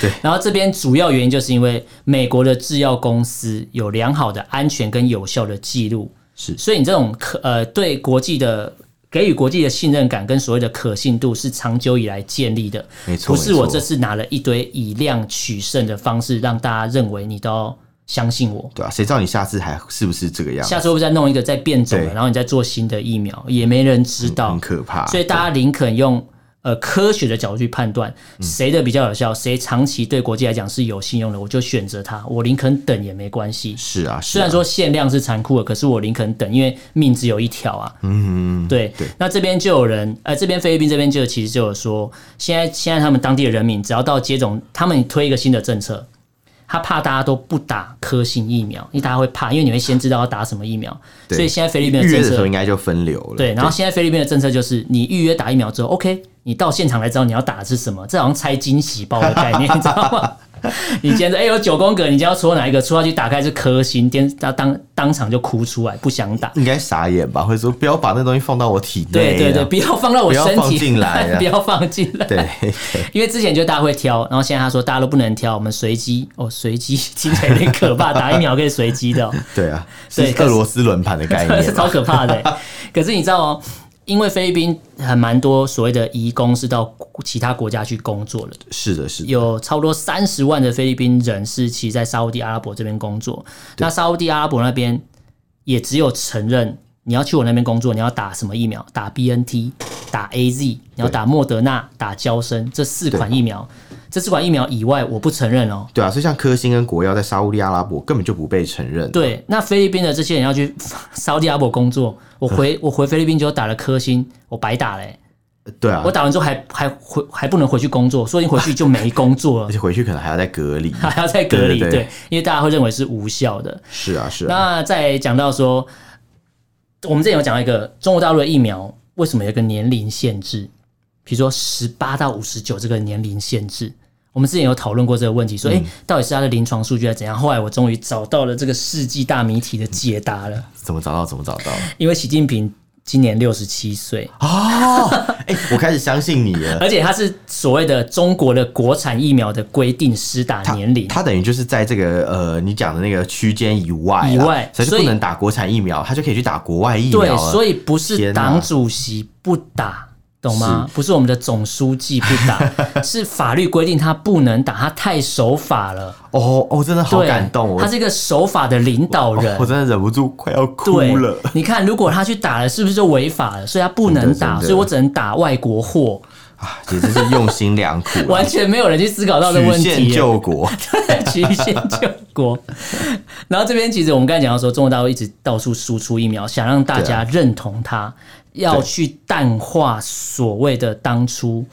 对，然后这边主要原因就是因为美国的制药公司有良好的安全跟有效的记录，是所以你这种可呃对国际的。给予国际的信任感跟所谓的可信度是长久以来建立的，没错，不是没我错这次拿了一堆以量取胜的方式让大家认为你都要相信我。对啊，谁知道你下次还是不是这个样子？下次会不会再弄一个再变种的，对然后你再做新的疫苗，也没人知道，很可怕。所以大家宁肯用呃科学的角度去判断嗯谁的比较有效，谁长期对国际来讲是有信用的，我就选择它，我宁肯等也没关系。是啊，是啊虽然说限量是残酷的，可是我宁肯等，因为命只有一条啊。嗯，对。那这边就有人，呃，这边菲律宾这边就其实就有说，现在现在他们当地的人民只要到接种，他们推一个新的政策，他怕大家都不打科兴疫苗，因为大家会怕，因为你会先知道要打什么疫苗，对所以现在菲律宾预的约政的时候策应该就分流了。对，然后现在菲律宾的政策就是，你预约打疫苗之后，OK，你到现场来知道你要打的是什么，这好像拆惊喜包的概念，你知道吗？ 你今天说哎、有九宫格，你今天要戳哪一个？戳下去打开是颗星，电他当当场就哭出来，不想打。应该傻眼吧？会说不要把那东西放到我体内对啊。对对，不要放到我不要身放体进来 啊不要放进来。对， 因为之前就大家会挑，然后现在他说大家都不能挑，我们随机哦，随机听起来有点可 怕，打疫苗可以随机的、哦，对啊，是对可俄是罗斯轮盘的概这是念 超嘛。可怕的欸。可是你知道哦，因为菲律宾很蛮多所谓的移工是到其他国家去工作的，是的，是的，有超多三十万的菲律宾人是其实在沙烏地阿拉伯这边工作，那沙烏地阿拉伯那边也只有承认。你要去我那边工作，你要打什么疫苗？打 B N T，打 A Z，你要打莫德纳、打胶生这四款疫苗。这四款疫苗以外，我不承认哦。对啊，所以像科兴跟国药在沙烏地阿拉伯根本就不被承认。对，那菲律宾的这些人要去 沙烏地阿拉伯工作，我回我回菲律宾就打了科兴，我白打嘞、对啊我，打完之后还还回还不能回去工作，所以回去就没工作而了， 且回去可能还要再隔 离。还要再隔离。对对对对，因为大家会认为是无效的。是啊，是啊，那再讲到说，我们之前有讲到一个中国大陆的疫苗为什么有一个年龄限制，比如说十八到五十九这个年龄限制。我们之前有讨论过这个问题，嗯说，哎、到底是它的临床数据还是怎样？后来我终于找到了这个世纪大谜题的解答了，怎么找到？怎么找到？因为习近平今年六十七岁，哦， 哎、我开始相信你了。而且他是所谓的中国的国产疫苗的规定施打他年龄，他等于就是在这个呃，你讲的那个区间以外啦以外所以就所以不能打国产疫苗，他就可以去打国外疫苗对，了。所以不是天哪党主席不打，懂吗？不是我们的总书记不 打，是法律规定他不能打，他太守法了。哦哦，真的好对，感动，我他是一个守法的领导人哦我。真的忍不住快要哭对 了。，你看，如果他去打了，是不是就违法了？所以他不能真的真打，的所以我只能打外国货，啊也真是用心良苦 啊、完全没有人去思考到的曲问题线耶。救国， 曲线救国。然后这边其实我们刚才讲到说，中国大陆一直到处输出疫苗，想让大家认同它，要去淡化所谓的当初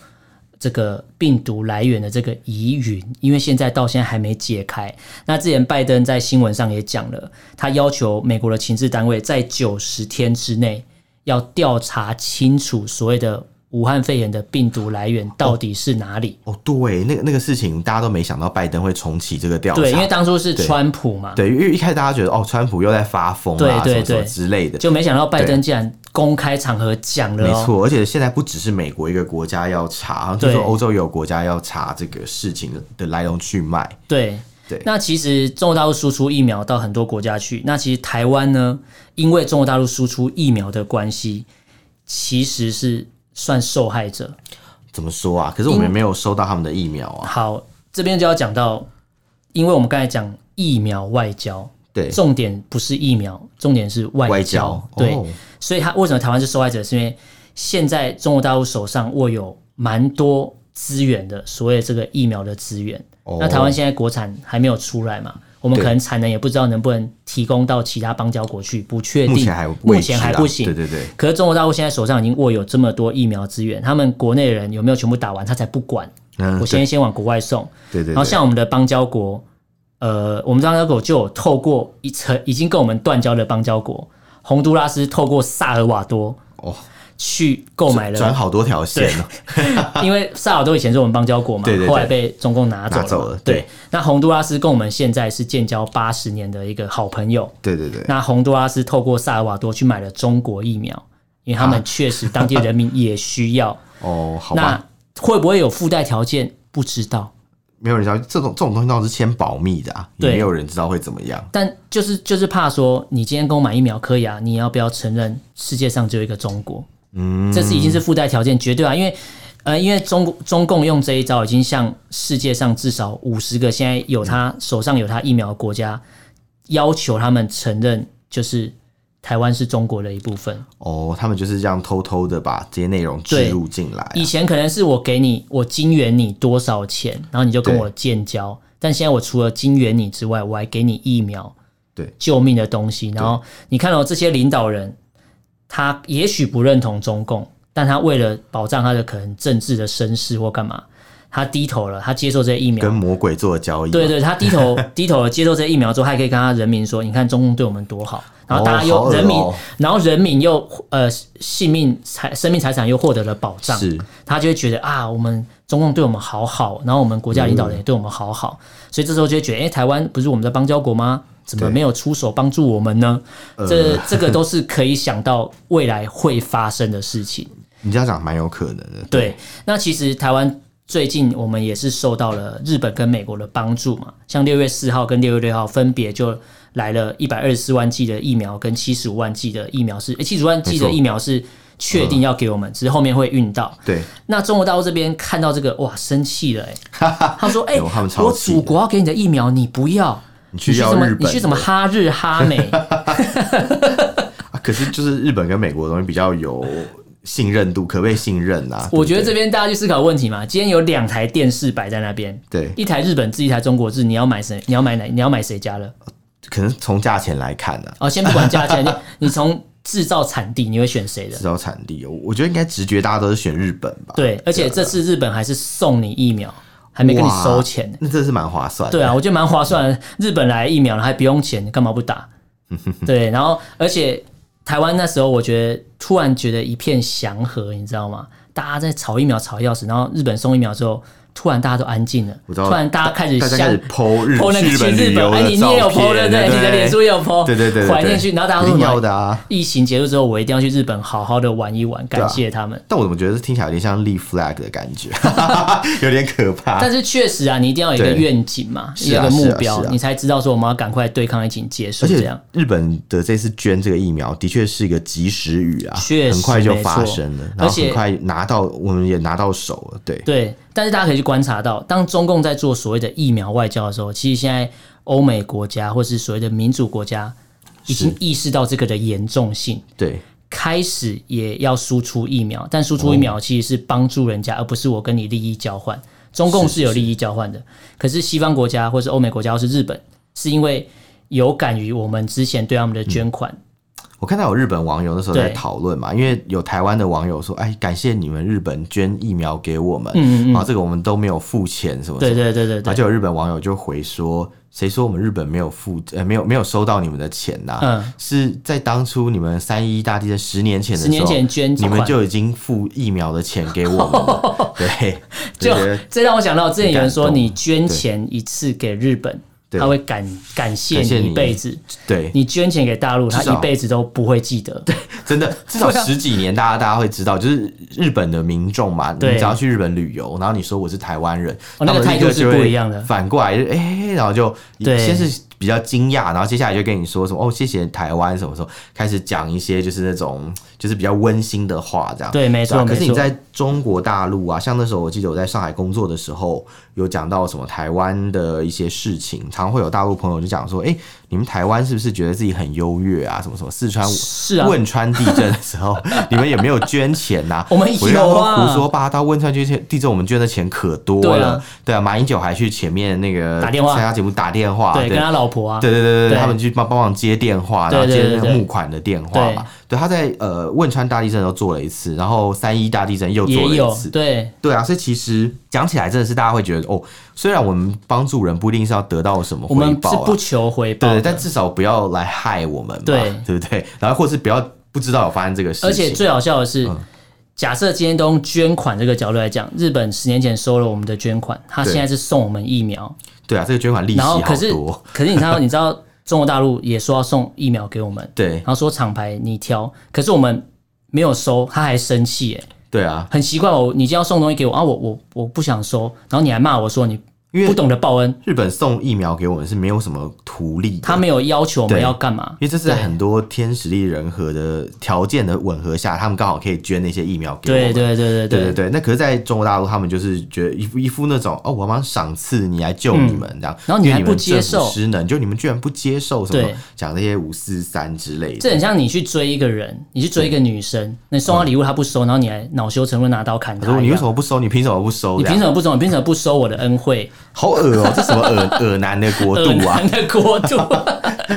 这个病毒来源的这个疑云，因为现在到现在还没解开。那之前拜登在新闻上也讲了，他要求美国的情治单位在九十天之内要调查清楚所谓的。武汉肺炎的病毒来源到底是哪里？哦，对，那个那个事情，大家都没想到拜登会重启这个调查，对，因为当初是对川普嘛，对因为一开始大家觉得哦，川普又在发疯啊，对对什么什么对之类的，就没想到拜登竟然公开场合讲了、没哦，错。而且现在不只是美国一个国家要查，好像听对说欧洲也有国家要查这个事情的的来龙去脉。对对那其实中国大陆输出疫苗到很多国家去，那其实台湾呢，因为中国大陆输出疫苗的关系，其实是算受害者。怎么说啊？可是我们也没有收到他们的疫苗啊。好，这边就要讲到，因为我们刚才讲疫苗外交，对，重点不是疫苗，重点是外交。外交对，哦所以他为什么台湾是受害者？是因为现在中国大陆手上握有蛮多资源的，所谓这个疫苗的资源。哦那台湾现在国产还没有出来嘛？我们对可能产能也不知道能不能提供到其他邦交国去，不确定。目前还未目前知还啊不行。对对对，可是中国大陆现在手上已经握有这么多疫苗资源，他们国内人有没有全部打完，他才不管。嗯，我对先先往国外送。对对，然后对像我们的邦交国，呃，我们邦交国就有透过一层已经跟我们断交的邦交国，洪都拉斯透过萨尔瓦多哦去购买转了，好多条线哦，因为萨尔瓦多以前是我们邦交国嘛，对对对后来被中共拿走了拿嘛。走了对，对那洪都拉斯跟我们现在是建交八十年的一个好朋友。对对对，那洪都拉斯透过萨尔瓦多去买了中国疫苗，因为他们确实当地人民也需要。哦，啊 好吧那，会不会有附带条件？不知道。没有人知道这种这种东西到底是先保密的啊，也对没有人知道会怎么样。但就是就是怕说，你今天跟我买疫苗可以啊，你要不要承认世界上只有一个中国？嗯，这是已经是附带条件，绝对啊，因为呃，因为中国中共用这一招，已经向世界上至少五十个现在有他手上有他疫苗的国家，要求他们承认，就是台湾是中国的一部分。哦，他们就是这样偷偷的把这些内容植入进来啊、以前可能是我给你，我金援你多少钱，然后你就跟我建交。但现在我除了金援你之外，我还给你疫苗，对救命的东西。然后你看哦到、这些领导人，他也许不认同中共，但他为了保障他的可能政治的身世或干嘛，他低头了，他接受这些疫苗跟。魔鬼做的交易嘛，啊对对，他低头低头了接受这些疫苗之后，还可以跟他人民说：“你看中共对我们多好。”然后大家哦好又恶人民哦，然后人民又呃性命财生命财产又获得了保障，是他就会觉得啊，我们中共对我们好好，然后我们国家领导嗯人也对我们好好，所以这时候就会觉得，哎、台湾不是我们的邦交国吗？怎么对没有出手帮助我们呢？嗯这这个都是可以想到未来会发生的事 情。你这样讲蛮有可能的。对，那其实台湾最近我们也是受到了日本跟美国的帮助嘛，像六月四号跟六月六号分别就来了一百二十四万剂的疫苗跟七十五万剂的疫苗是，七十五万剂的没错疫苗是确定要给我们，只是后面会运到。对，那中国大陆这边看到这个，哇，生气了哎、他说：“哎、有他们超我气祖的国要给你的疫苗，你不要，你你去去要什么日？你本去什么的哈日哈 美？啊可是就是日本跟美国的东西比较有信任度，可被信任啊。我觉得对这边大家去思考问题嘛。今天有两台电视摆在那边，不对对一台日本制，一台中国制，你要买谁？你要买哪？你要买谁家了？可能从价钱来看啊，哦，先不管价 钱，你你从制造产地，你会选谁的制？造产地，我我觉得应该直觉大家都是选日本吧。，对，而且这次日本还是送你疫苗，还没跟你收钱呢。那真是蛮划算 的。对啊，我觉得蛮划算的。日本来疫苗了还不用钱，干嘛不 打？对，然后而且台湾那时候，我觉得突然觉得一片祥和，你知道吗？大家在炒疫苗炒得要死，然后日本送疫苗之后，突然大家都安静了，我知道突然大家开始大家相开始剖日剖那个去去本旅日本，游的哎，你你也有剖对照片不对？对你的脸书也有剖， 对对对对怀念去，然后大家一说定什要么？的啊。疫情结束之后，我一定要去日本好好的玩一玩，啊感谢他们。但我怎么觉得听起来有点像立 flag 的感觉， 有点可怕。但是确实啊，你一定要有一个对愿景嘛，是啊有一个是目啊标，是啊你才知道说我们要赶快对抗疫情结束而这且样。日本的这次捐这个疫苗，的确是一个及时雨啊，确实很快就发生了没，错然而后且很快拿到，我们也拿到手了。对，对，但是大家可以去观察到，当中共在做所谓的疫苗外交的时候，其实现在欧美国家或是所谓的民主国家已经是意识到这个的严重性，对，开始也要输出疫苗，但输出疫苗其实是帮助人家，而不是我跟你利益交换。中共是有利益交换的，可是西方国家或是欧美国家或是日本，是因为有感于我们之前对他们的捐款，我看到有日本网友那时候在对讨论嘛，因为有台湾的网友说：“哎，感谢你们日本捐疫苗给我们，嗯嗯嗯然后这个我们都没有付钱什么什对么。”对对对而对，且有日本网友就回说：“谁说我们日本没有付呃没有没有收到你们的钱呐、嗯是在当初你们三一大地震十年前的时十候，年前捐你们款就已经付疫苗的钱给我 们了。对，就觉得这让我想到之前有人说，很感动你捐钱一次给日本，对他会感感谢感谢你你一辈子；对，你捐钱给大陆，他至少一辈子都不会记得。真的至少啊十几年，大家大家会知道，就是日本的民众嘛，你对只要去日本旅游，然后你说我是台湾人，哦那个他们态度立刻是就会不一样的反过来就哎、然后就对先是。比较惊讶，然后接下来就跟你说什么哦，谢谢台湾什么时候开始讲一些就是那种就是比较温馨的话这样。对没错啊可是没你错在中国大陆啊，像那时候我记得我在上海工作的时候，有讲到什么台湾的一些事情，常会有大陆朋友就讲说，哎、你们台湾是不是觉得自己很优越啊？什么什么四川是啊，汶川地震的时候，你们也没有捐钱呐、 我们有啊不要胡说八道。汶川捐钱地震，我们捐的钱可多对了啊。对啊，马英九还去前面那个打电话参加节目打电话，对，对跟他老婆啊，对对对对对，对他们去帮帮忙接电话，然后对对接对那个对募款的电话嘛。对，他在呃汶川大地震都做了一次，然后三一大地震又做也了有一次。对对啊，所以其实讲起来真的是大家会觉得哦，虽然我们帮助人不一定是要得到什么我回们报、是啊，不求回报对，的，但至少不要来害我们嘛，嗯对对不对？然后或是不要不知道有发生这个事情，而且最好笑的嗯是。假设今天都用捐款这个角度来讲，日本十年前收了我们的捐款，他对现在是送我们疫苗，对啊，这个捐款利息然后好可是多，可是你看到，你知道中国大陆也说要送疫苗给我们，对然后说厂牌你挑，可是我们没有收，他还生气，哎，对啊，很奇怪哦。你今天要送东西给我啊，我我我不想收，然后你还骂我说你因为不懂得报恩，日本送疫苗给我们是没有什么图利的，他没有要求我们对要干嘛因，为这是在很多天时地利人和的条件的吻合下，他们刚好可以捐那些疫苗给我对们。对对对对对对。对，那可是，在中国大陆，他们就是觉得一副一副那种哦，我要赏赐你来救你们、这样，嗯然后你因为还不们接政府受失能，就你们居然不接受什么对讲那些五四三之类的，这很像你去追一个人，你去追一个女生，那你送她礼物她不收，然后你还恼羞成怒拿刀砍他说她一你为什样。么不收？你凭什么不收？你这样凭什么不收？你凭什么不收我的恩惠？好恶哦、这什么恶恶男的国 恶度啊男，的国度，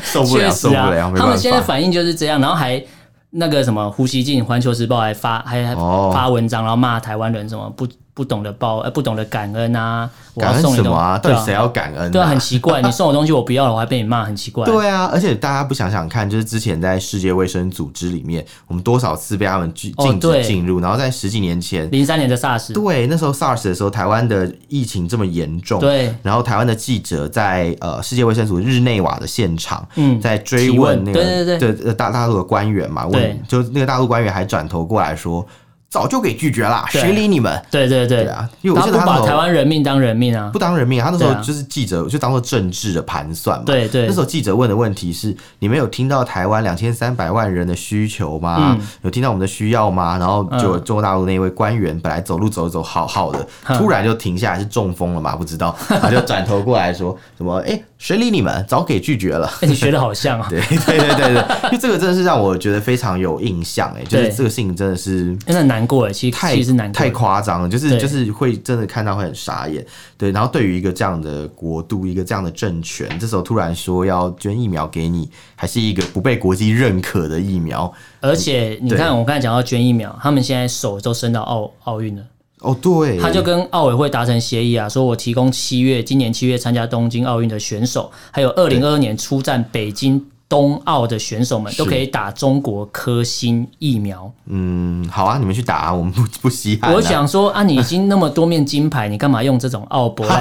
受不确了，实受不啊了，没他办们现在法。反应就是这样，然后还那个什么胡锡进，《环球时报》还发还还哦发文章，然后骂台湾人什么不不懂得报呃不懂得感恩啊，我要感恩送你什东么啊？到对底啊谁要感恩、对啊，很奇怪，你送我东西我不要了，我还被你骂，很奇怪。对啊，而且大家不想想看，就是之前在世界卫生组织里面，我们多少次被他们拒哦禁对止进入，然后在十几年前，零三年的 SARS，对啊那时候 SARS 的时候，台湾的疫情这么严重，对然后台湾的记者在呃世界卫生组织日内瓦的现场，嗯在追提问问那个对对对呃大大陆的官员嘛，对问就那个大陆官员还转头过来说，早就给拒绝啦，对谁理你们？对对对对啊，因为我他记不得那把时台候湾人命当人命啊不，当人命啊，他那时对啊候就是记者就当做政治的盘算嘛，对对那时候记者问的问题是：你们有听到台湾两千三百万人的需求吗？嗯有听到我们的需要吗？然后就中国大陆那位官员本来走路走一走好好的，嗯突然就停下来，是中风了嘛？不 知道，然后就转头过来说什么：哎、谁理你们？早给拒绝了。 哎你学的好像啊，对对对对对，因为这个真的是让我觉得非常有印象哎、就是对这个事情真的是真的很难过哎，其实太其实难过太夸张了，就是对就是会真的看到会很傻眼，对。然后对于一个这样的国度，一个这样的政权，这时候突然说要捐疫苗给你，还是一个不被国际认可的疫苗，而且你对看，我刚才讲到捐疫苗，他们现在手都伸到奥奥运了，哦，对，他就跟奥委会达成协议啊，说我提供七月今年七月参加东京奥运的选手，还有二零二二年出战北京冬奥的选手们，是都可以打中国科兴疫苗。嗯，好啊，你们去打啊、我们不不稀罕、啊。我想说啊，你已经那么多面金牌，你干嘛用这种奥博来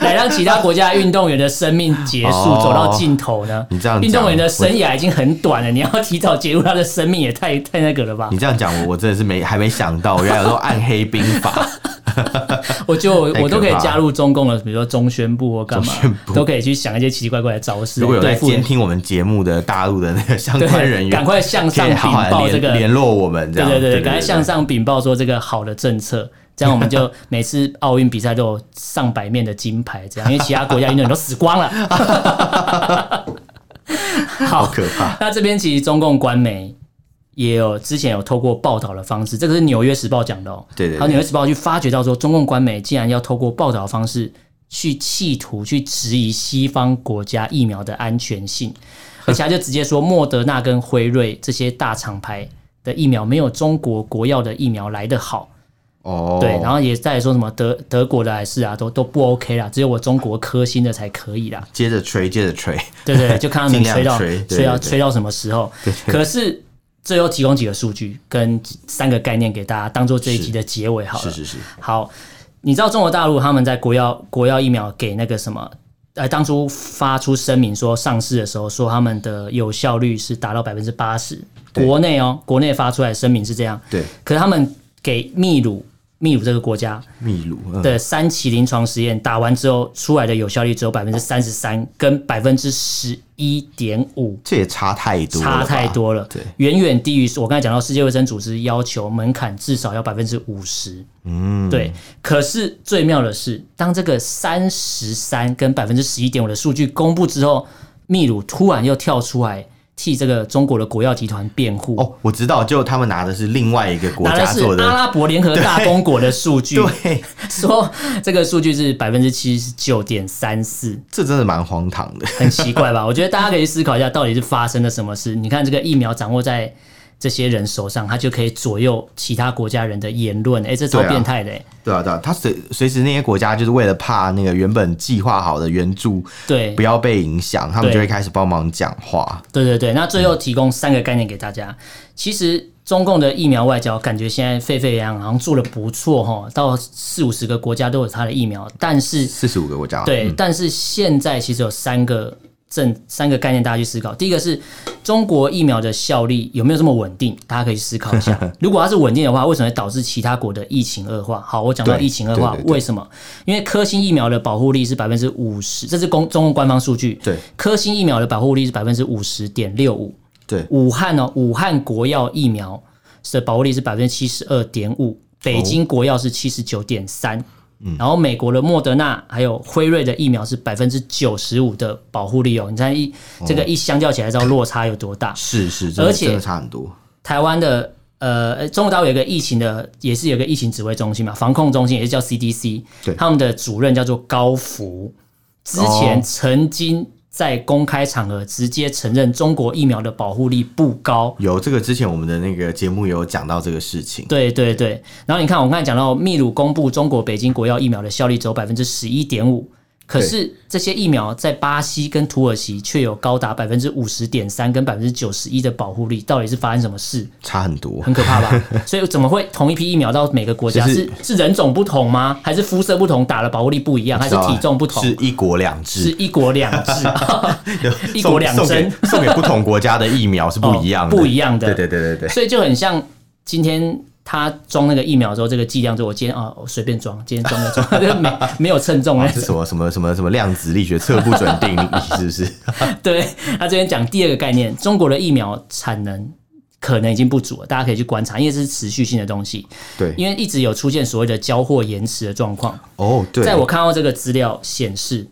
让 来让其他国家运动员的生命结束，哦走到尽头呢？你这样讲运动员的生涯已经很短了，你要提早结束他的生命，也太太那个了吧你？这样讲，我我真的是没还没想到，原来有这种暗黑兵 法。我就太我都可以可怕加入中共了，比如说中宣部或干嘛中宣，部都可以去想一些奇奇怪怪的招式如果有对在付监人。听我们节目的大陆的那个相对关人员，赶快向上可以好好禀报联这个联络我们，这对样对对对对，赶快向上禀报说这个好的政策，这样我们就 每次奥运比赛都有上百面的金牌，这样，因为其他国家运动员都死光了。好 好，可怕。 那这边其实中共官媒也有之前有透过报道的方式，这个是《纽约时报》讲的哦。对对对然后《纽约时报》去发掘到说，中共官媒竟然要透过报道的方式去企图去质疑西方国家疫苗的安全 性，而且他就直接说莫德纳跟辉瑞这些大厂牌的疫苗没有中国国药的疫苗来得好。哦，对，然后也再说什么德德国的还是啊，都都不 OK 啦，只有我中国科兴的才可以啦。接着吹，接着吹。对 对，对就看他们尽量吹到吹对到对对吹到什么时候。可是这又提供几个数据跟三个概念给大家，当做这一集的结尾好了。是是是，好，你知道中国大陆他们在国药国药疫苗给那个什么？呃，当初发出声明说上市的时候，说他们的有效率是达到百分之八十。对国内哦，国内发出来的声明是这样，对，可是他们给秘鲁秘鲁这个国家秘鲁，嗯，的三期临床实验打完之后出来的有效率只有百分之三十三，跟百分之十一点五。这也差太多，差太。多了，对远远低于我刚才讲到世界卫生组织要求门槛至少要百分之五十，嗯，对。可是最妙的是，当这个三十三跟百分之十一点五的数据公布之后，秘鲁突然又跳出来替这个中国的国药集团辩护，哦，我知道，就他们拿的是另外一个国拿家的是做阿的，拉伯联合大公国的数据，对，说这个数据是百分之七十九点三四，这真的蛮荒唐的。 很奇怪吧？我觉得大家可以思考一下，到底是发生了什么事？你看这个疫苗掌握在这些人手上，他就可以左右其他国家人的言论，哎、这超对啊变态的、欸。对啊，对啊，他随随时那些国家就是为了怕那个原本计划好的援助对啊不要被影响，他们对就会开始帮忙讲话。对对对，那最后提供三个概念给大家。其实中共的疫苗外交，感觉现在沸沸扬扬，好像做的不错哈，到四五十个国家都有它的疫苗，但是四十五个国家，嗯对，但是现在其实有三个正三个概念，大家去思考。第一个是中国疫苗的效力有没有这么稳定，大家可以去思考一下。 如果它是稳定的话，为什么会导致其他国的疫情恶化？好，我讲到对疫情恶化，对对对为什么？因为科兴疫苗的保护力是百分之五十，这是公中共官方数据。对科兴疫苗的保护力是百分之五十点六五。对武汉哦，武汉国药疫苗的保护率是百分之七十二点五，北京国药是七十九点三。嗯然后美国的莫德纳还有辉瑞的疫苗是百分之九十五的保护力哦，你看一这个一相较起来，知道落差有多大？是是，真的而且真的差很多。台湾的呃，呃中国大陆有一个疫情的，也是有一个疫情指挥中心嘛，防控中心也是叫 CDC，对他们的主任叫做高福，之哦前曾经在公开场合直接承认中国疫苗的保护力不高。有这个之前我们的那个节目也有讲到这个事情，对对对，然后你看，我刚才讲到秘鲁公布中国北京国药疫苗的效力只有百分之十一点五，可是这些疫苗在巴西跟土耳其却有高达百分之五十点三跟百分之九十一的保护力，到底是发生什么事？差很多。很可怕 吧？所以怎么会同一批疫苗到每个国家就是是是人种不同吗？还是肤色不同，打了保护力不一样，还是体重不同？啊是一国两是制，一国两 制， 一送国两送给针， 送给不同国家的疫苗是不一样的，哦不一样的对对对对对，所以就很像今天他装那个疫苗之后，这个剂量就我今天啊我随便装，今天装就装， 就是没没有称 重那是种。什么什么什么什么量子力学测不准定理，是不是？ 对，他这边讲第二个概念，中国的疫苗产能可能已经不足了，大家可以去观察，因为这是持续性的东西， 对，因为一直有出现所谓的交货延迟的状况。哦，对，在我看到这个资料显示，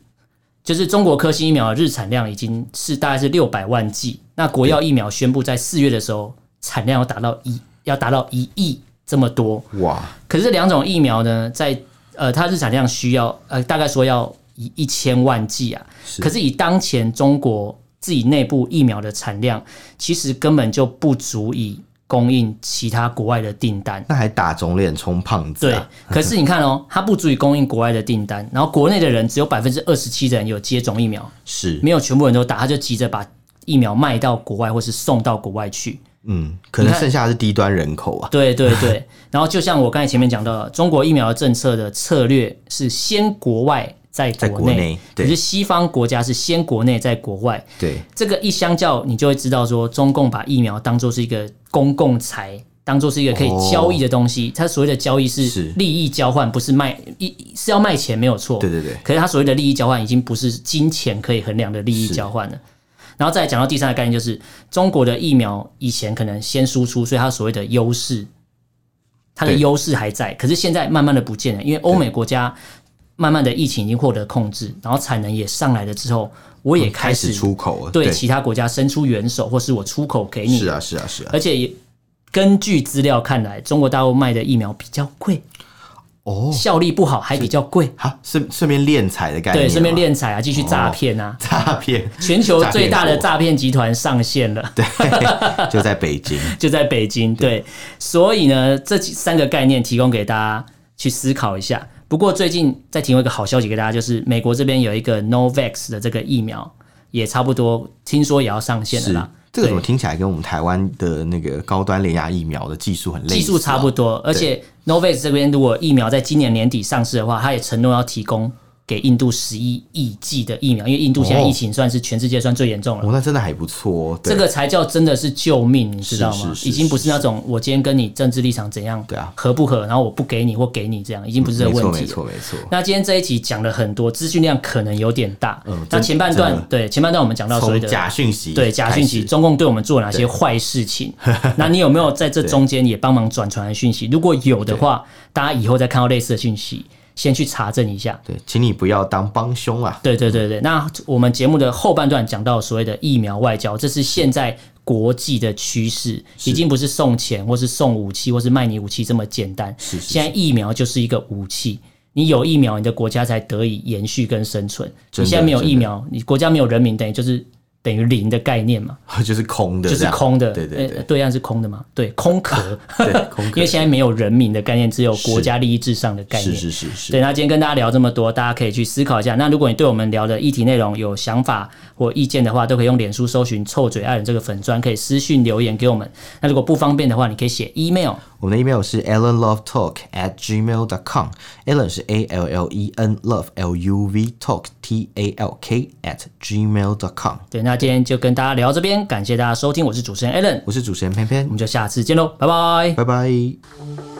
就是中国科兴疫苗的日产量已经是大概是六百万剂，那国药疫苗宣布在四月的时候产量要达到一要达到一亿这么多。哇，可是这两种疫苗呢，在呃它日产量需要呃大概说要一一千万剂啊，是可是以当前中国自己内部疫苗的产量，其实根本就不足以供应其他国外的订单。那还打肿脸充胖子对啊？，可是你看哦，它不足以供应国外的订单，然后国内的人只有百分之二十七的人有接种疫苗，是，没有全部人都打，他就急着把疫苗卖到国外或是送到国外去。嗯，可能剩下的是低端人口啊，对对对， 然后就像我刚才前面讲到的，中国疫苗的政策的策略是先国外再在国国内，内，可是对西方国家是先国内再国外，对，这个一相较，你就会知道说，中共把疫苗当做是一个公共财，当做是一个可以交易的东西。它所谓的交易哦是是利益交换，不是卖一是要卖钱没有错。对对对可是它所谓的利益交换，已经不是金钱可以衡量的利益交换了。然后再讲到第三个概念，就是中国的疫苗以前可能先输出，所以它所谓的优势，它的对优势还在，可是现在慢慢的不见了，因为欧美国家慢慢的疫情已经获得控制，然后产能也上来了之后，我也开开始始出口了，对其他国家伸出援手，或是我出口给你。是啊是啊是啊，而且也根据资料看来，中国大陆卖的疫苗比较贵，哦，效力不好，还比较贵。好，顺顺便敛财的概念，对，顺便。敛财啊，继续哦诈骗啊！诈骗全球最大的诈诈骗集团上线了，骗就在北京， 就在北京。对，所以呢，这几三个概念提供给大家去思考一下。不过最近再提供一个好消息给大家，就是美国这边有一个 Novax 的这个疫苗，也差不多听说也要上线了是啦。这个 对怎么听起来跟我们台湾的那个高端联牙疫苗的技术很类似、啊技术差不，多，而且 Novax 这边如果疫苗在今年年底上市的话，它也承诺要提供给印度十一亿剂的疫苗，因为印度现在哦疫情算是全世界算最严重了。哦，那真的还不错、哦。对这个才叫真的是救命，你知道吗？是是是已经不是那种我今天跟你政治立场怎样，对啊嗯合不合，然后我不给你或给你这样，已经不是这个没问错题没了。错没错，那今天这一集讲了很多，资讯量可能有点大。嗯那真前半真段的对前半段我们讲到所谓从的假讯息对假讯息，开始中共对我们做了哪些坏事 情？那你有没有在这中间也帮忙转传的讯息？如果有的话，大家以后再看到类似的讯息，先去查证一下。对，请你不要当帮凶啊！ 对对对对，那我们节目的后半段讲到所谓的疫苗外交，这是现在国际的趋势，已经不是送钱或是送武器或是卖你武器这么简单。是是现在疫苗就是一个武器，你有疫苗，你的国家才得以延续跟生存。你真的现在没有疫苗，你国家没有人民，等于就是等于零的概念嘛。是，就是空的就这是样，空的，对对呃对对岸是空的嘛？对，空壳， 对，空因壳为现在没有人民的概念，只有国家利益至上的概是念。是是是，对，那今天跟大家聊这么多，大家可以去思考一下。那如果你对我们聊的议题内容有想法或意见的话，都可以用脸书搜寻“臭嘴爱人”这个粉砖，可以私讯留言给我们。那如果不方便的话，你可以写 email。我们的 email 是 allenlovetalk at gmail dot com。allen 是 a l l e n love l u v talk t a l k at gmail dot com。对，那今天就跟大家聊到这边，感谢大家收听，我是主持人 Alan，我是主持人偏偏我，们就下次见喽，拜拜。拜拜。